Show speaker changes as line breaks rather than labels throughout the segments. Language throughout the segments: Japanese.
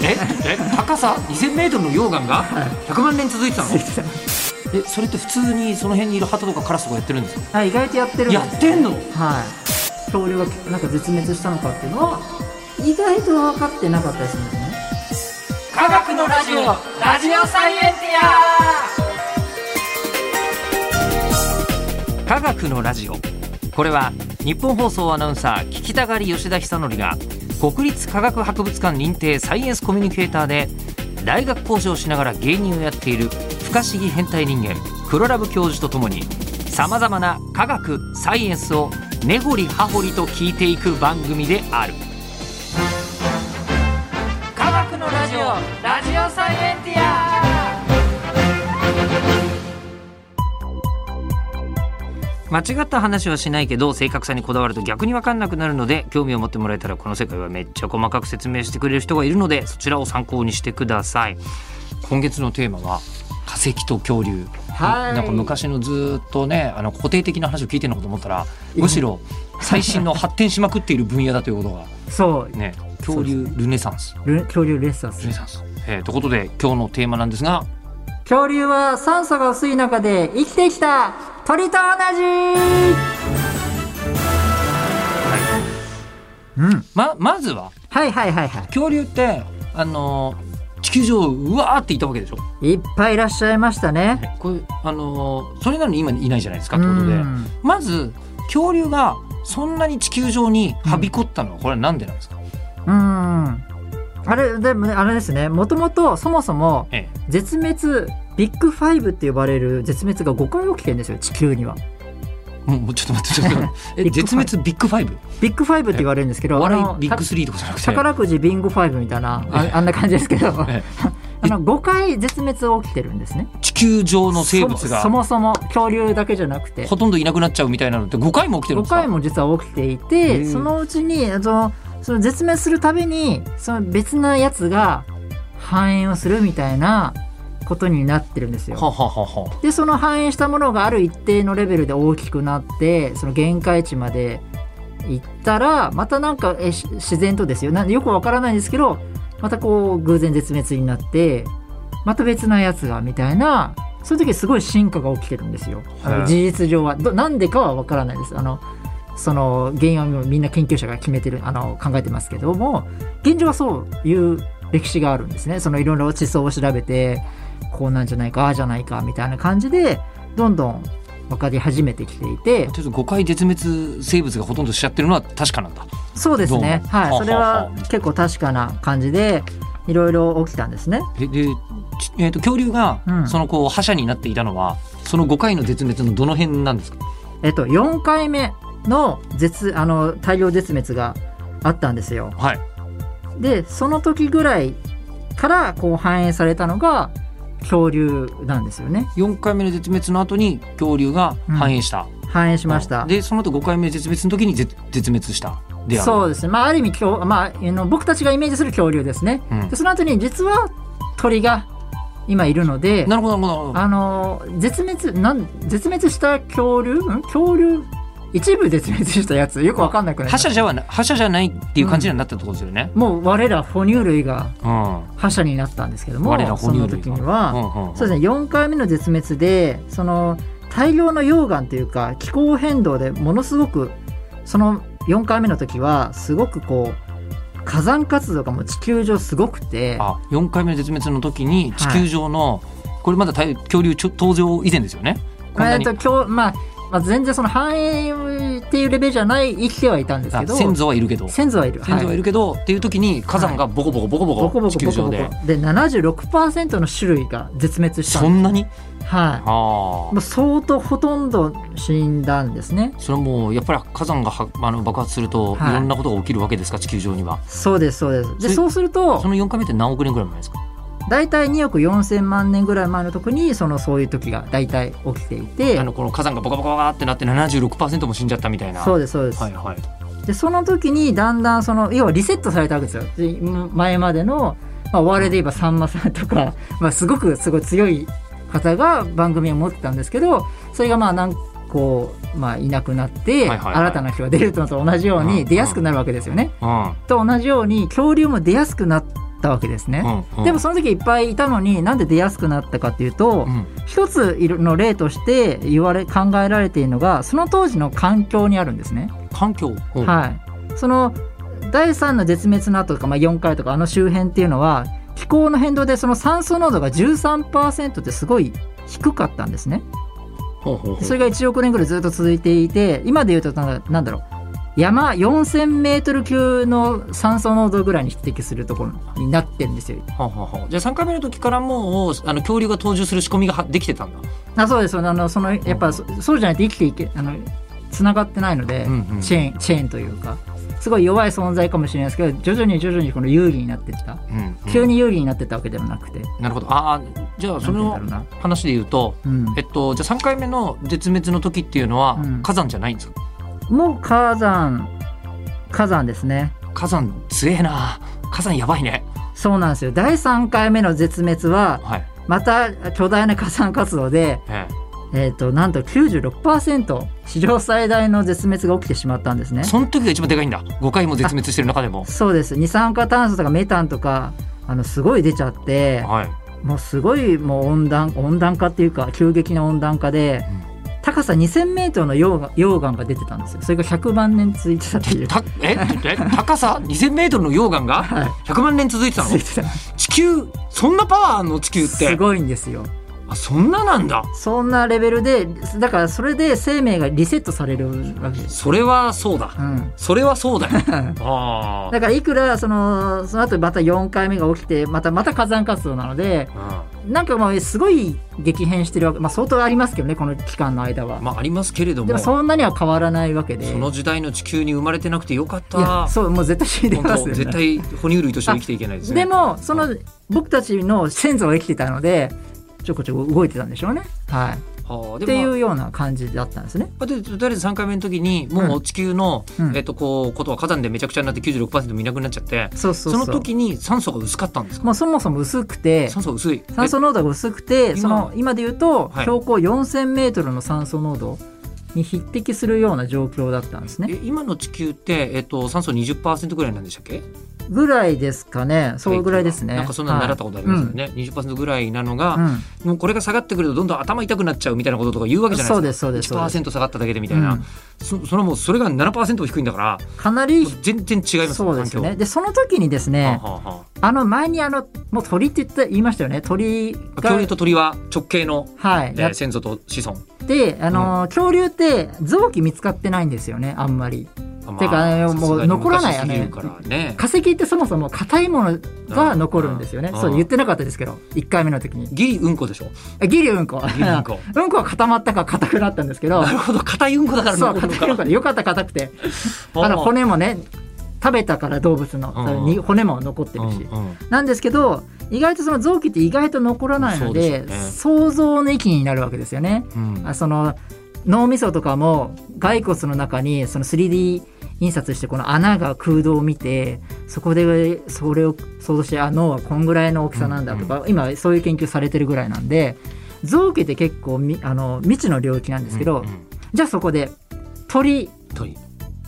ね高さ 2000m の溶岩が100万年続いてたのえそれって普通にその辺にいる鳩とかカラスとかやってるんですか
はい、意外とやってるんで
や
す
ってんの
はい恐竜がなんか絶滅したのかっていうのは意外と分かってなかったりするんですね
科学のラジオラジオサイエンティア科学のラジオこれは日本放送アナウンサー聞きたがり吉田久典が国立科学博物館認定サイエンスコミュニケーターで大学講師をしながら芸人をやっている不可思議変態人間黒ラブ教授とともにさまざまな科学サイエンスを根掘り葉掘りと聞いていく番組である科学のラジオラジオサイエンティア間違った話はしないけど正確さにこだわると逆に分かんなくなるので興味を持ってもらえたらこの世界はめっちゃ細かく説明してくれる人がいるのでそちらを参考にしてください今月のテーマは化石と恐竜
はい
なんか昔のずっとねあの固定的な話を聞いてるのかと思ったらむしろ最新の発展しまくっている分野だということが
そう
ね恐竜ルネサンス
ル恐竜レッサン
ル
ス
ネサンス。えーということで今日のテーマなんですが
恐竜は酸素が薄い中で生きてきた鳥と同じうん
ままずは
はいはいはいは
恐竜ってあのー地球上うわーっていたわけでしょ。
いいっぱいいらっしゃいましたね
これあのーそれなのに今いないじゃないですか
う
ということで
ん
まず恐竜がそんなに地球上にはびこったのはこれはなんでなんですか。
うんあれでもねあれですねもともとそもそも
え
絶滅ビッグファイブって呼ばれる絶滅が5回起きてるんですよ地球には
え、もうもうちょっと待ってちょっと待 ってえ
ビッグファイブ
絶滅ビッグファイブ。
ビッグファイブって言われるんですけど
笑
あの
いビッグ
た
スリーとかじゃなくて。
宝くじビンゴファイブみたいなあ
ええ
あんな感じですけど あ
え
の5回絶滅起きてるんですね
え地球上の生物
そ
が
もそもそも恐竜だけじゃなくて
ほとんどいなくなっちゃうみたいなのって5回も起きてるん
5
ですか。
回も実は起きてい
へ
て
え
そのうちにあのその絶滅するたびにその別なやつが繁栄をするみたいなことになってるんですよ
はあはあはあはあ。
でその反映したものがある一定のレベルで大きくなってその限界値まで行ったらまたなんかえし自然とですよなんでよくわからないんですけどまたこう偶然絶滅になってまた別なやつがみたいなそういう時すごい進化が起きてるんですよあ
へえ
の事実上はどなんでかはわからないですあのその原因はみんな研究者が決めてるあの考えてますけども現状はそういう歴史があるんですねそのいろいろ地層を調べてこうなんじゃないかああじゃないかみたいな感じでどんどん分かり始めてきていて
ちょっと5回絶滅生物がほとんどしちゃってるのは確かなんだ。
そうですね
どうも
は
はあ
いそれ
はあ
は
はあ
結構確かな感じでいろいろ起きたんですね
えで、ちえー、と恐竜が、
うん
そのこう覇者になっていたのはその5回の絶滅のどの辺なんですか
えっと4回目の絶あの大量絶滅があったんですよ
はい
でその時ぐらいからこう反映されたのが恐竜なんですよね
4回目の絶滅の後に恐竜が繁栄した、
反映しました
でその後5回目の絶滅の時に絶絶滅したである
そうですね、まあ、ある意味恐、まあ、あの僕たちがイメージする恐竜ですね、
うん
でその後に実は鳥が今いるので
なるほどなるほどなる
あの絶滅なん絶滅した恐竜ん恐竜一部絶滅したやつよくわかんなく
ほど
ない
覇者じゃはな覇者じゃないっていう感じにはなったってことですよね、
もう我ら哺乳類が
うんうん
覇者になったんですけども
我ら哺乳類が
その時には、
うん
そうですね4回目の絶滅でその大量の溶岩というか気候変動でものすごくその4回目の時はすごくこう火山活動がもう地球上すごくて
あ4回目の絶滅の時に地球上の、これまだ大恐竜ちょ登場以前ですよねこん
え
な
っ
に
と今日、まあ、まあ全然その繁栄っていうレベルじゃない生きてはいたんです
あ
けど
先祖はいるけど
先祖はいる
先祖はい
い
るけど、っていう時に火山がボコボコボコ
ボ
ボ
コ
コ
ボ
地
コ
球
ボコ
上
ボコ
で、
で76%の種類が絶滅した
そ
んで
んなに
すはい
あ
もう相当ほとんど死んだんですね
あそれはもうやっぱり火山がはあの爆発するとい
はい
ろんなことが起きるわけですか、地球上には
そうですそうですで
それ
そうすると
その4回目って何億年ぐらい前ですか
大体2億4,000万年ぐらい前のとこにそのそういう時が大体起きていて
あのこの火山がボカボカボカってなって76%も死んじゃったみたいな
そうですそうです、
はいはい
でその時にだんだんその要はリセットされたわけですよでむ前までの、まあ、お笑いで言えばさんまさんとか、まあ、すごくすごい強い方が番組を持ってたんですけどそれがまあなんこう、まあ、いなくなって、
はいはい
新たな人が出るのと同じよう
うん
に出やすくなるわけですよね。
うん
と同じように恐竜も出やすくなっったわけですね。
うんうん
でもその時いっぱいいたのになんで出やすくなったかっていうと、
うん
一つの例として言われ考えられているのがその当時の環境にあるんですね。
環境、うん
はい、その第3の絶滅の後とか、まあ、4回とかあの周辺っていうのは気候の変動でその酸素濃度が13%ってすごい低かったんですね。
ほうほうほう
それが1億年ぐらいずっと続いていて今で言うとなんだなんだろう山4000メートル級の酸素濃度ぐらいに匹敵するところになってるんですよ。
はあはあはあじゃあ3回目の時からもうあの恐竜が登場する仕組みがはできてたんだ、
あそうですあのそのやっぱそそうじゃないと生きていけあの繋がってないので、
うんうん
チェーンチェーンというかすごい弱い存在かもしれないですけど徐々に徐々にこの有利になっていった
うんうん
急に有利になってったわけではなくて、
なるほどああじゃあその
なんて言うんだろ
話で言うと
うん
えっとじゃあ3回目の絶滅の時っていうのは
うん
火山じゃないんですか、
もう火山火山ですね
火山強えな火山やばいね
そうなんですよ第3回目の絶滅は
はい、
また巨大な火山活動で、
え
えー、となんと96%史上最大の絶滅が起きてしまったんですね
え、その時が一番でかいんだ5回も絶滅してる中でも
そうです二酸化炭素とかメタンとかあのすごい出ちゃって
はい、
もうすごいもう温暖温暖化っていうか急激な温暖化で高さ 2000m の溶岩溶岩が出てたんですよそれが100万年続いてたっていう。
たええ高さ2000メートルの溶岩が
はい
100万年続いてたの
続いてた
地球そんなパワーあんの地球って
すごいんですよ
あそんななんだ
そんなレベルでだからそれで生命がリセットされるわけです、
それはそうだ
うん、
それはそう だよあ
だからいくらそのその後また4回目が起きてまたまた火山活動なので
あ、
なんかまあすごい激変してるわけ、まあ、相当ありますけどねこの期間の間は、
うんまあありますけれども
でもそんなには変わらないわけで
その時代の地球に生まれてなくてよかっ
いや
た
そうもう絶対死んで
本
ますよ
当
ね
絶対哺乳類としては生きていけないですね
でもその僕たちの先祖が生きてたのでちょこちょこ動いてたんでしょうね、はい、
はあで
ってい
も
うような感じだったんですね
まあでとりあえず3回目の時にもう地球の、
うん
えっと、こうことは火山でめちゃくちゃになって96%もいなくなっちゃって
そうそう
そ
そう
の時に酸素が薄かったんですか
もうそもそも薄くて
酸素が薄い
酸素濃度が薄くて
今
その今で言うと
はい
標高 4000m の酸素濃度に匹敵するような状況だったんです
え
ね
え今の地球って、えっと、酸素20%ぐらいなんでしたっけ
ぐらいですかねそうぐらいですね
なんかそんなの習ったことありますよね、20%ぐらいなのが、
はい
もうこれが下がってくるとどんどん頭痛くなっちゃうみたいなこととか言うわ
う
け
ん
じゃない
そう
で
ですすそうです
か
そう
1%
です
下がっただけでみたいな、
うん
そそれはもうそれが7%も低いんだから
かなり
もう全然違います
そうですねでその時にです
環
ね
境はあはあは
あの前にあのもう鳥って言った言いましたよね鳥
あ恐
が
竜と鳥は直系の、
はい
え
や
ー先祖と子孫
ってあのー恐竜って臓器見つかってないんですよねあんまり
ま
てかあれ
さすがに
もう残らないよね
昔すぎるからね
化石ってそもそも硬いものが残るんですよね
うん
そううん言ってなかったですけど1回目の時に
ギリうんこ でしょ
あギリうんこ
ギリうんこ
うんこは固まったか硬くなったんですけど
なるほど硬いうんこだから
そう
残るの
硬いうんこ
か
でよかった硬くてあの骨もね食べたから動物の
うん
それに骨も残って
うん
る
う
し
ん
なんですけど意外とその臓器って意外と残らないの
そう
で
ですよね
想像の域になるわけですよね。
うん
あその脳みそとかも骸骨の中にその 3D 印刷してこの穴が空洞を見てそこでそれを想像してあ脳はこんぐらいの大きさなんだとか、今そういう研究されてるぐらいなんで臓器って結構みあの未知の領域なんですけ
うん
ど、
うん
じゃあそこで鳥
鳥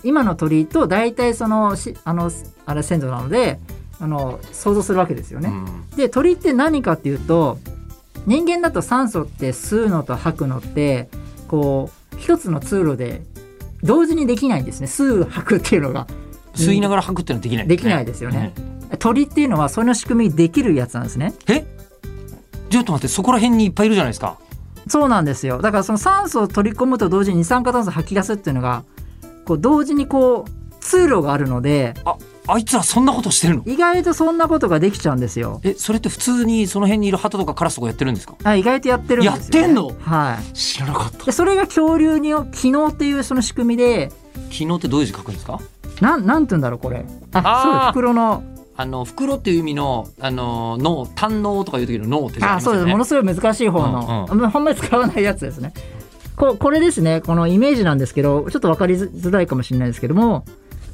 今の鳥と大体そのしあのあれ先祖なのであの想像するわけですよね。
うん
で鳥って何かっていうと人間だと酸素って吸うのと吐くのってこう一つの通路で同時にできないんですね吸う吐くっていうのが
吸いながら吐くっていうのはできない
できないですよね
うん
鳥っていうのはその仕組みできるやつなんですね
えちょっと待ってそこら辺にいっぱいいるじゃないですか
そうなんですよだからその酸素を取り込むと同時に二酸化炭素を吐き出すっていうのがこう同時にこう通路があるので
ああいつらそんなことしてるの
意外とそんなことができちゃうんですよ
えそれって普通にその辺にいる鳩とかカラスとかやってるんですか
あ意外とやってるんですよ、ね、
やってんの
は
知らな かった
いでそれが恐竜によ機能っていうその仕組みで
昨日ってどういう字書くんですか
なん、なんて言うんだろう、これ。
あー
あ、そうだ、袋の。
あの袋っていう意味のあの脳胆脳とかいう時の脳って字あ
あ、
ります
そうで
よ
す。
ね
ものすごい難しい方の。
う
ほんまに使わないやつですね。ここれですね、このイメージなんですけど、ちょっと分かりづらいかもしれないですけども、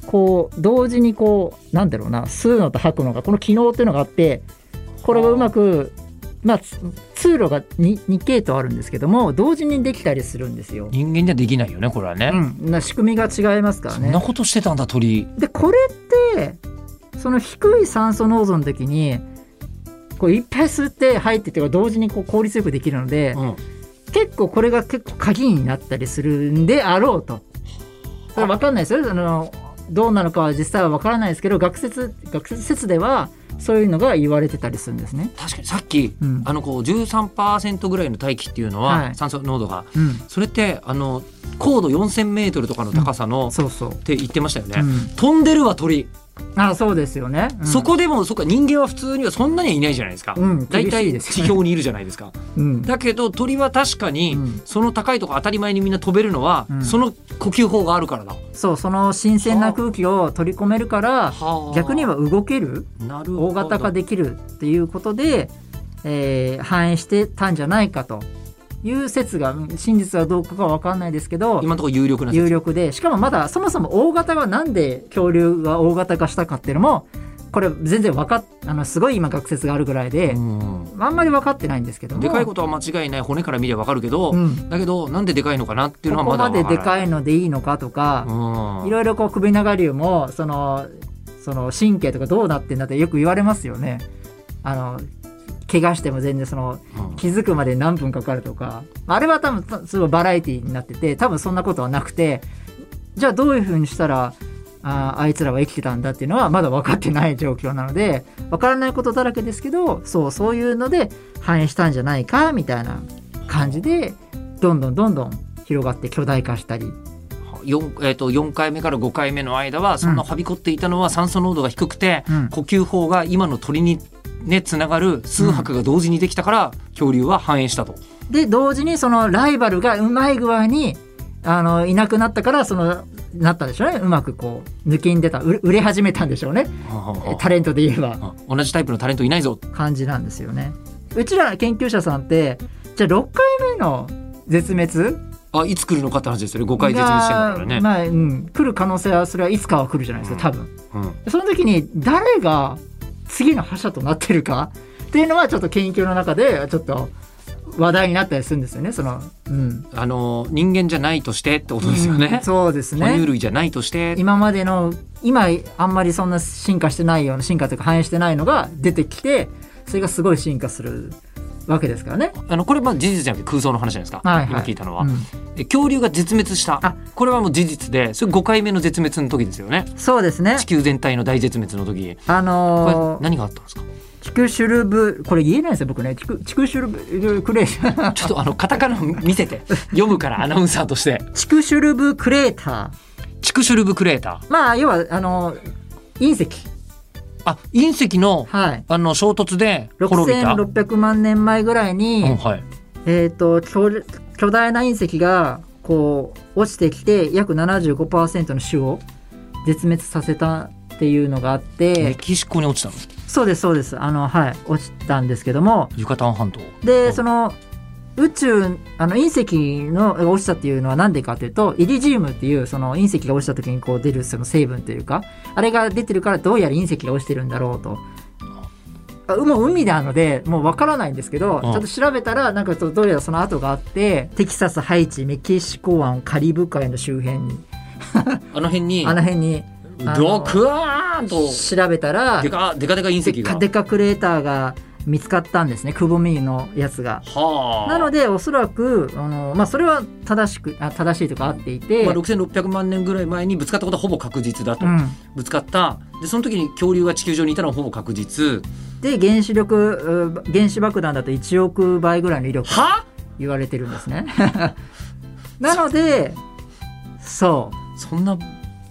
こう、同時にこう、なんだろうな、吸うのと吐くのが、この機能っていうのがあって、これがうまく、まあ、つ通路が 2, 2系統あるんですけども、同時にできたりするんですよ。
人間じゃできないよねこれはね、
うん、な仕組みが違いますから
そんな
ね。
ことしてたんだ鳥
で、これって、その低い酸素濃度の時にこういっぱい吸って入ってっていうか同時にこう効率よくできるので、
うん、
結構これが結構鍵になったりするんであろうと。それ分かんないですよ。あのどうなのかは実際は分からないですけど学説学説ではそういうのが言われてたりするんですね。
確かにさっき、
うん
あのこう13%ぐらいの大気っていうのは、
はい
酸素濃度が
うん、
それってあの高度4,000メートルとかの高さの、っ
そうそう。
て言ってましたよね、
うん、
飛んでるは鳥、
あそうですよね。うん
そこでもそっか人間は普通にはそんなにはいないじゃないですか、
うん
大
厳しい
体
です
地
よね
表にいるじゃないですか
うん、
だけど鳥は確かに、
うん
その高いとこ当たり前にみんな飛べるのは、
うん
その呼吸法があるからだ
そうその新鮮な空気を取り込めるから逆には動ける
なるほど
大型化できるっていうことで、えー反映してたんじゃないかという説がうん真実はどうかは分かんないですけど
今のところ有力な説
有力でしかもまだそもそも大型はなんで恐竜が大型化したかっていうのもこれ全然分かっあのすごい今学説があるぐらいで、
うん
あんまり分かってないんですけども
でかいことは間違いない骨から見ればわかるけど、
うん、
だけどなんででかいのかなっていうの
こ
は
こ
まだ
ま
わからない
ででかいのでいいのかとか、
うん
いろいろこう首長竜もそのその神経とかどうなってんだってよく言われますよね。あの怪我しても全然その
うん
気づくまで何分かかるとかあれは多分たすごいバラエティになってて多分そんなことはなくてじゃあどういうふうにしたらああいつらは生きてたんだっていうのはまだ分かってない状況なので分からないことだらけですけどそうそういうので反映したんじゃないかみたいな感じでどんどんどんどん広がって巨大化したり
四えー、と4回目から5回目の間はそんなはびこっていたのは酸素濃度が低くて、
うん
呼吸法が今の鳥に、ね、つながる数拍が同時にできたから、恐竜は繁栄したと。
で同時にそのライバルがうまい具合にあのいなくなったからそのなったでしょうねうまくこう抜きんでた売れ売れ始めたんでしょうねえタレントで言えば
あ同じタイプのタレントいないぞ。
感じなんですよねうちら研究者さんってじゃあ6回目の絶滅
あいつ来るのかって話ですよね5回絶滅してんだ
が
からね。
まあうん、来る可能性はそれはいつかは来るじゃないですか多分
うん
その時に誰が次の覇者となってるかっていうのはちょっと研究の中でちょっと話題になったりするんですよねそのうん
あの人間じゃないとしてってことですよね
うん。そうですね
哺乳類じゃないとして
今までの今あんまりそんな進化してないような進化というか反映してないのが出てきてそれがすごい進化するわけですからね。
あのこれまあ事実じゃなくて空想の話じゃないですか、
はいはい
今聞いたのは、
うん
え恐竜が絶滅した
あ
これはもう事実でそれ5回目の絶滅の時ですよね
そうですね
地。球全体の大絶滅の時
あ
こ
の
れ
ー、
何があったんですか
チクシュルブこれ言えないですよ僕ねチクチクシュルブクレーター
ちょっとあのカタカナ見せて読むからアナウンサーとして
チクシュルブクレータ
チクシュルブクレーター
ーまあ要はあのー隕石
あ隕石の
はい
あの衝突で滅びた、うん
6600万年前ぐらいに、
はい、
えー、と巨巨大な隕石がこう落ちてきて約75%の種を絶滅させたっていうのがあって
メキシコに落ちたの
そうですそうですあのはい落ちたんですけども
ユカタン半島
で
の
その宇宙あの隕石の落ちたっていうのは何でかっていうとイリジウムっていうその隕石が落ちた時にこう出るその成分というかあれが出てるからどうやら隕石が落ちてるんだろうと。あもう海なのでもうわからないんですけど、
うん
ちょっと調べたらなんかどうやらその後があってテキサスハイチメキシコ湾カリブ海の周辺に
あの辺に
あの辺にあの
ドクワーンと
調べたら
でかでかでか隕石
で
が
かでかクレーターが見つかったんですねくぼみのやつが。
はあ
なのでおそらくあの、まあ、それは正しくあ正しいとか合っていて、
まあ、6600万年ぐらい前にぶつかったことはほぼ確実だと、
うん、
ぶつかったでその時に恐竜が地球上にいたのはほぼ確実
で原子力う原子爆弾だと1億倍ぐらいの威力と
は
言われてるんですね。 なのでそ
そんな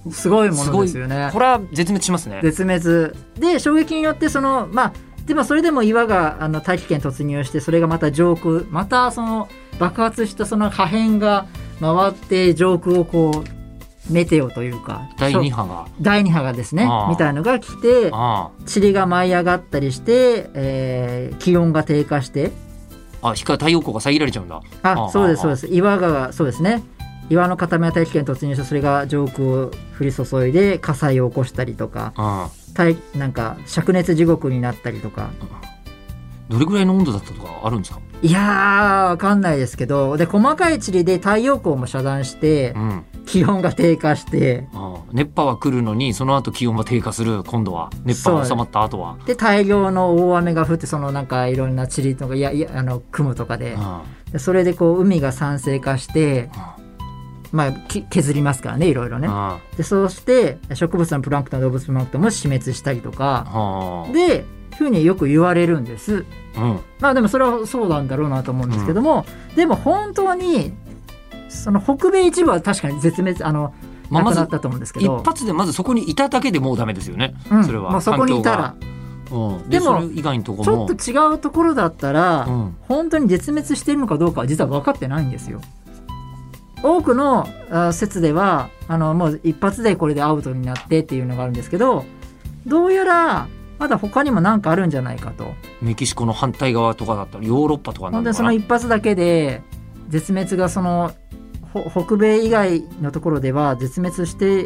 うすごいものですよね
こ。れは絶滅しますね
絶滅で衝撃によってそのまあでもそれでも岩があの大気圏突入してそれがまた上空またその爆発したその破片が回って上空をこうメテオというか
第2波が
第2波がですね
ああ
みたいのが来て
あ
塵が舞い上がったりして、えー気温が低下して
ああ光太陽光が遮られちゃうんだあ
あ
あ
そうですそう
あ
です岩がそうですね岩の固めが大気圏に突入してそれが上空を降り注いで火災を起こしたりとか
あ
大なんか灼熱地獄になったりとか
どれぐらいの温度だったとかあるんですか、
いやーわかんないですけどで細かい塵で太陽光も遮断して
うん、
気温が低下して
ああ熱波は来るのにその後気温が低下する今度は熱波が収まった後は
で大量の大雨が降ってそのなんかいろんな塵とかいやいやあの雲とかで
あ
でそれでこう海が酸性化して
あ
まあき削りますからねいろいろね
あ
でそうして植物のプランクトン動物プランクトンも死滅したりとか
ああ
でふうによく言われるんです
あうん
まあでもそれはそうなんだろうなと思うんですけども、でも本当にその北米一部は確かに絶滅あの
まあ
な
ま
く
ず
なったと思うんですけ
一
ど、
発でまずそこにいただけでもうダメですよね、
うん
それは
もうそこにいたら
うん、で
でも
もそれ以外のとこ
ちょ
も
っと違うところだったら、
うん
本当に絶滅しているのかどうかは実は分かってないんですよ。多くのあ説ではあのもう一発でこれでアウトになってっていうのがあるんですけどどうやらまだ他にも何かあるんじゃないかと
メキシコの反対側とかだったらヨーロッパとかな
本
ん
当
だか
にその
な
一発だけで絶滅がそのほ北米以外のところでは絶滅してい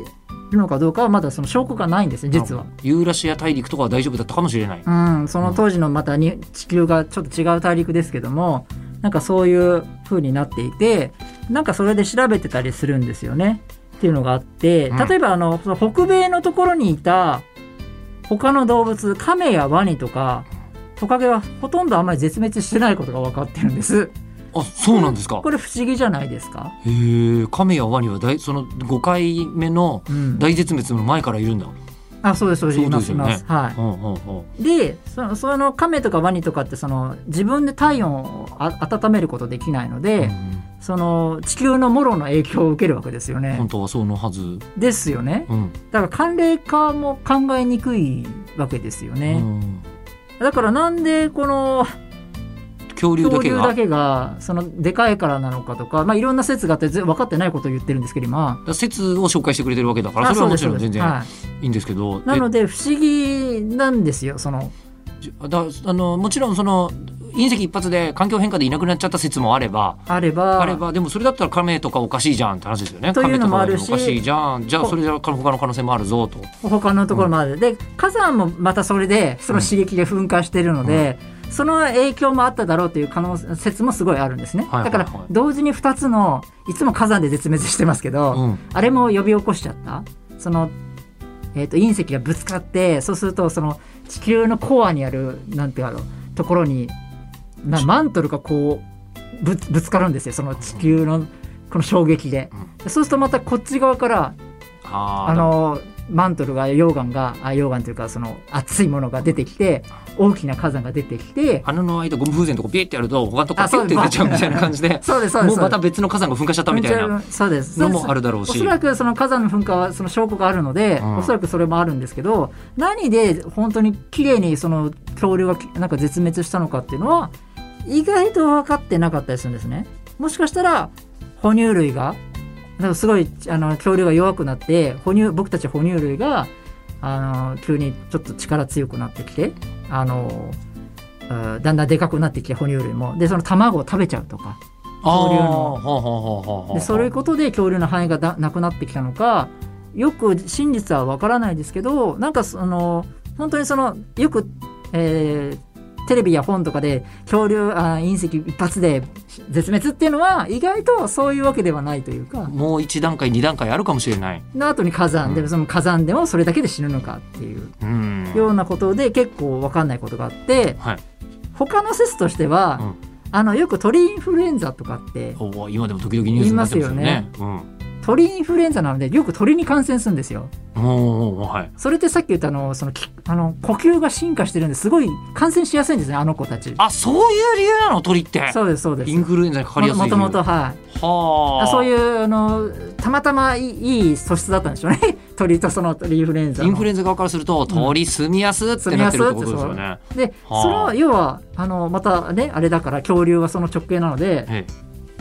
るのかどうかはまだその証拠がないんですね実は。
ユーラシア大陸とかは大丈夫だったかもしれない、
うん、その当時のまたに地球がちょっと違う大陸ですけどもなんかそういう風になっていてなんかそれで調べてたりするんですよねっていうのがあって
うん
例えばあのその北米のところにいた他の動物カメやワニとかトカゲはほとんどあまり絶滅してないことが分かってるんです
あそうなんですか
これ不思議じゃないですか、
へえ亀やワニは大その5回目の
うん、
大絶滅の前からいるんだ、
あそうですそうですいます
そ
い
ですよ
う
ね
ますは
う
い
んうんうん
でそそのカメとかワニとかってその自分で体温をあ温めることできないので、
うん
その地球のもろの影響を受けるわけですよね
本。当はそうのはず、
ですよね。
うん
だから寒冷化も考えにくいわけですよ
う
ね。
ん
だからなんでこの
恐竜だ
恐
け
竜
が
だけがそのでかいからなのかとか、まあいろんな説があってぜ分かってないことを言ってるんですけど今。
説を紹介してくれてるわけだから
あ
それはもち
そう
ろ
で
ん全
す
然
はい
いんですけど
なので不思議なんですよ。その
えだあのもちろんその隕石一発で環境変化でいなくなっちゃった説もあれば
あれば
あればでもそれだったら亀とかおかしいじゃんって話ですよね。
というのもあるし
亀とかおかしいじゃんじゃあ
ほ
それじゃ他の可能性もあるぞと。
他のところまで、で火山もまたそれでその刺激で噴火しているので、その影響もあっただろうという可能説もすごいあるんですね、
はいはいはい
だから同時に2つのいつも火山で絶滅してますけど、
うん
あれも呼び起こしちゃったその、えー、と隕石がぶつかってそうするとその地球のコアにあるなんていうのところになマントルがこうぶぶつかるんですよその地球のこの衝撃で。でそうするとまたこっち側から
あー
あのマントルが溶岩があ溶岩というかその熱いものが出てきて大きな火山が出てきて
穴の間ゴム風船とかビーってやると他のとこ
あそ
ピ
う
ュって出ちゃうみたいな感じで
そうですそうで
も
す
うまた別の火山が噴火しちゃったみたいな
そうです
のもあ
る
るだろう
お
し
そらくその火山の噴火はその証拠があるので、
うん
おそらくそれもあるんですけど何で本当に綺麗にその恐竜がなんか絶滅したのかっていうのは意外と分かってなかったりするんですね。もしかしたら哺乳類がなんかすごいあの恐竜が弱くなって哺乳僕たち哺乳類があの急にちょっと力強くなってきてあのうんだんだんでかくなってきて哺乳類もでその卵を食べちゃうとか恐竜の
あーほうほうほうほうほう
でそういうことで恐竜の範囲がだなくなってきたのかよく真実はわからないですけどなんかその本当にそのよく、えーテレビや本とかで恐竜あー隕石一発で絶滅っていうのは意外とそういうわけではないというか
もう一段階二段階あるかもしれない
の後に火山で、
うん
その火山でもそれだけで死ぬのかっていう
うん
ようなことで結構わかんないことがあって
はい
他の説としては、
うん
あのよく鳥インフルエンザとかって
おー今でも時々ニュースになってますよねうん
鳥インフルエンザなのでよく鳥に感染するんですよ。
おーおーおーはい
それってさっき言ったあのそのきあの呼吸が進化してるんですごい感染しやすいんですねあの子たち。
あそういう理由なの鳥って
そうですそうです。
インフルエンザにかかりやすい
も
理由
ともとはい。
はあ
あそういうあのたまたまいいいい素質だったんでしょうね 鳥とその鳥インフルエンザ
イ
の。
ンフルエンザ側からすると鳥住みやすってなってるってことですよね、
で
はあ
その要はあのまたねあれだから恐竜はその直径なので
え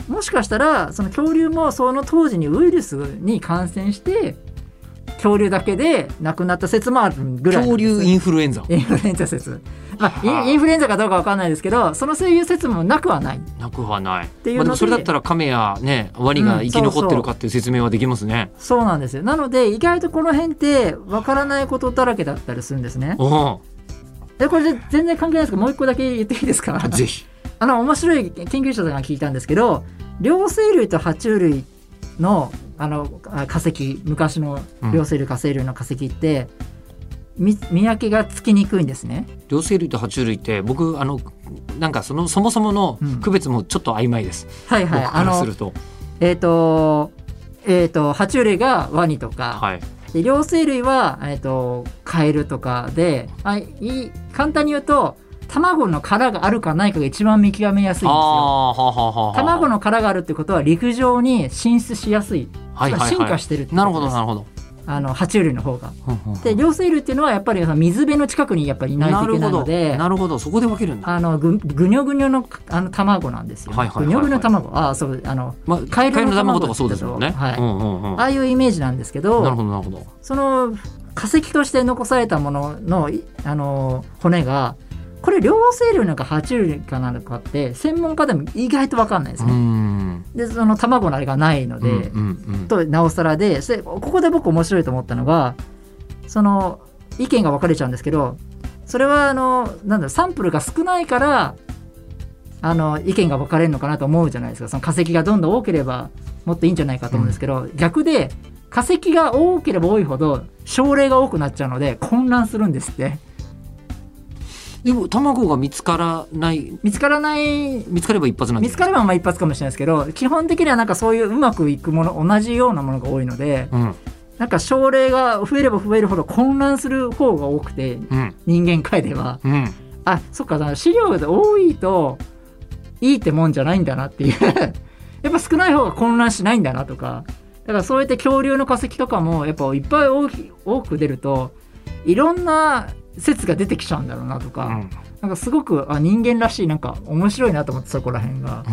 もしかしたらその恐竜もその当時にウイルスに感染して恐竜だけで亡くなった説もあるぐ
え
らいなん
恐
です
竜インフルエンザ
インフルエンザ説、まあ、
はあ
インインフルエンザかどうかわかんないですけどそのそういう説もなくはない
なくはない
ていうので
まあ、でもそれだったら亀やねワニが生き残ってるかっていう説明はできますね、
そうなんですよなので意外とこの辺ってわからないことだらけだったりするんですね
うん
でこれで全然関係ないですけどもう一個だけ言っていいですか
ぜひ
あの面白い研究者さんが聞いたんですけど両生類と爬虫類のあのあ化石昔の両生類化成類の化石って、み見分けがつきにくいんですね。
両生類と爬虫類って僕あのなんかそのそもそもの
うん
区別もちょっと曖昧です、
はいはい。
僕か
あ
らす
の
ると
えっ、とえっ、と爬虫類がワニとか、
はい
で両生類は、えっとカエルとかであいい簡単に言うと卵の殻があるかないかが一番見極めやすいんで
あ
すよ。
あはあはあはあ
卵の殻があるってことは陸上に進出しやすい、
はいはいはい
進化してるって
な
こ
るほ
と
ど
です
なるほど
あの爬虫類の方が。
ふんふんふん
で両生類っていうのはやっぱりその水辺の近くにやっぱりいないといけないの
るほど
で
なるほどそこで分けるんだ、
あのぐぐにょぐにょのあの卵なんですよ、
はいはいはいはい
ぐにょぐにょ卵あそうあの
まあ、
カエルの卵
とかそうですもんね、
はい
うんうんうん
あ
な
あいうイメージなんですけど
るほどなるほど
その化石として残されたもののいあの骨がこれ両生類なのか爬虫類かなのかって専門家でも意外と分かんないです
うー
ね、
ん
でその卵のあれがないの
う
で、
んうん
となおさらでそれここで僕面白いと思ったのがその意見が分かれちゃうんですけどそれはあのなんだろうサンプルが少ないからあの意見が分かれるのかなと思うじゃないですかその化石がどんどん多ければもっといいんじゃないかと思うんですけど、逆で化石が多ければ多いほど症例が多くなっちゃうので混乱するんですって
でも卵が見つからない
見つからない
見つかれば一発なんで
見
す
つかればまあ一発かもしれないですけど基本的にはなんかそういううまくいくもの同じようなものが多いので
うん
なんか症例が増えれば増えるほど混乱する方が多くて
うん
人間界では
うん
あそっかだから資料が多いといいってもんじゃないんだなっていう やっぱ少ない方が混乱しないんだなとかだからそうやって恐竜の化石とかもやっぱいっぱい多き多く出るといろんな説が出てきちゃうんだろうなと
う
か、
ん
なんかすごくあ人間らしいなんか面白いなと思ってそこら辺が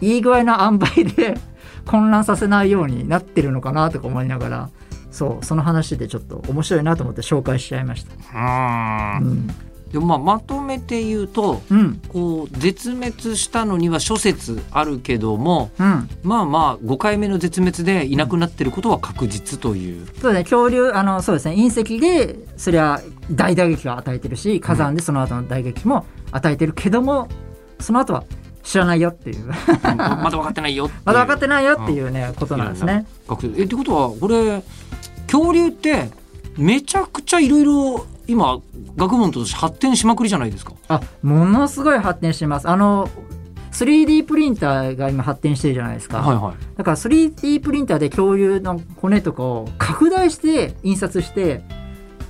うん
いい具合の塩梅で混乱させないようになってるのかなとか思いながらそうその話でちょっと面白いなと思って紹介しちゃいました。
う
うんん、
でもまあまとめて言うと
うん、
こう絶滅したのには諸説あるけども
うん、
まあまあ5回目の絶滅でいなくなってることは確実という、
そうね恐竜あのそうですね隕石でそりゃ大打撃を与えてるし火山でその後の打撃も与えてるけども、その後は知らないよっていう
う んまだ分かってないよっていう
まだ分かってないよっていうね、ことなんですね。
確定えってことはこれ恐竜ってめちゃくちゃいろいろ今学問として発展しまくりじゃないですか。
あものすごい発展してます。あの 3D プリンターが今発展してるじゃないですか。
はいはい。
だから 3D プリンターで恐竜の骨とかを拡大して印刷して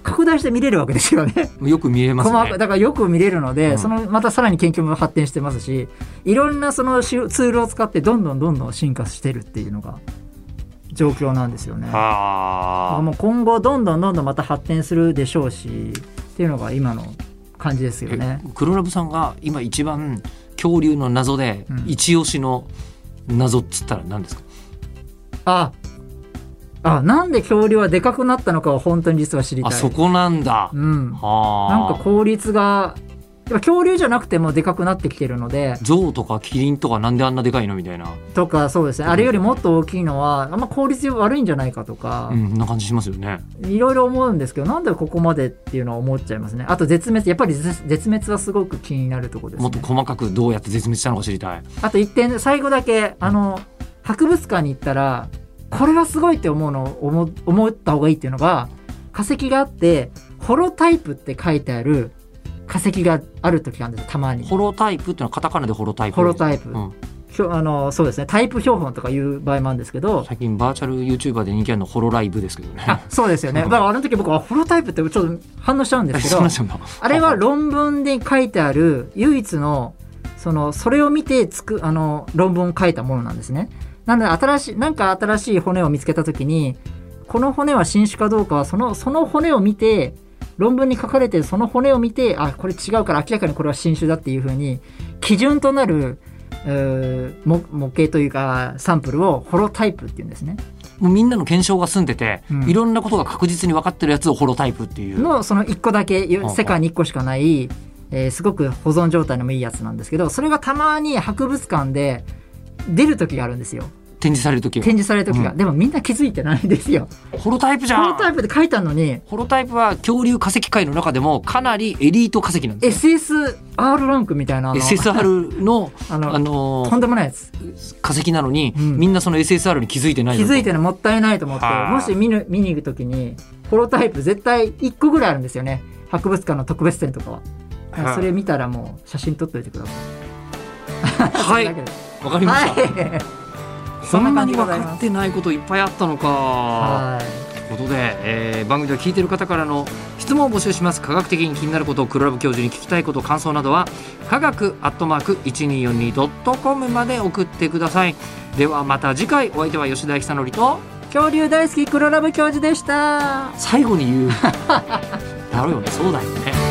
拡大して見れるわけですよね。
よく見え ます
細か
ね
く。だからよく見れるので、
うん
そのまたさらに研究も発展してますしいろんなそのしゅツールを使ってどんどんどんどん進化してるっていうのが状況なんですよね。
あ
もう今後どんどんどんどんまた発展するでしょうしっていうのが今の感じですよね。
あ。黒ラブさんが今一番恐竜の謎で
うん
一押しの謎っつったら何ですか。
ああなんで恐竜はでかくなったのかを本当に実は知りたい。
あそこなんだ。
うん、なん
は
か
あ。
効率がやっぱ恐竜じゃなくてもでかくなってきてるので
象とかキリンとかなんであんなでかいのみたいな、
とかそうですねあれよりもっと大きいのはあんま効率悪いんじゃないかとか
う、ん、な感じしますよね。
いろいろ思うんですけどなんでここまでっていうのは思っちゃいますねあと絶滅やっぱり絶絶滅はすごく気になるところです、
も
ね
っと、細かくどうやって絶滅したのか知りたい。
あと一点最後だけあの博物館に行ったらこれはすごいって思うのを思う思った方がいいっていうのが化石があってホロタイプって書いてある化石がある時があるんですよたまに
ホロタイプってのはカタカナでホロタイプ。
ホロタイプ、
うん
ひょあのそうですねタイプ標本とかいう場合もあるんですけど
最近バーチャル YouTuber で人気あるのホロライブですけどね。
あ そうですよね
う
だ
ん
からあの時僕はホロタイプってちょっと反応しちゃうんですけ
そう
ど
なんですよ
あれは論文で書いてある唯一のそのそれを見てつくあの論文を書いたものなんですねなので新しいなんか新しい骨を見つけた時にこの骨は新種かどうかはそのその骨を見て論文に書かれてるその骨を見てあこれ違うから明らかにこれは新種だっていうふうに基準となるうー模模型というかサンプルをホロタイプっていうんですね
もうみんなの検証が済んでて、
うん
いろんなことが確実に分かってるやつをホロタイプっていう。
のその1個だけ
んうん
世界に1個しかない、えーすごく保存状態のもいいやつなんですけどそれがたまに博物館で出る時があるんですよ
展示される時は
展示される時が、
うん
でもみんな気づいてないんですよ。
ホロタイプじ
こ
ゃ
のタイ
ん
プで書いたのに
ホロタイプは恐竜化石界の中でもかなりエリート化石なんですよ
SSR ランクみたいなあの
SSR の、
あの
あのー
とんでもないです
化石なのに、
うん
みんなその SSR に気づいてない
気
のと
づいてるのもったいないと思って
はあ
もし見ぬ見に行く時にホロタイプ絶対1個ぐらいあるんですよね博物館の特別展とかは。だからそれ見たらもう写真撮っといてください。
はい
それだけで
わかりました、
はい。
そ
そん
ん
な
な
感
に
じで
分
ございます
かってないこといっぱいあったのか。
はい
ということで、えー番組では聞いてる方からの質問を募集します科学的に気になることを黒ラブ教授に聞きたいこと感想などは科学アットマーク 1242.com まで送ってくださいではまた次回お相手は吉田久典と
恐竜大好き黒ラブ教授でした。
最後に言うだろうよねそうだよね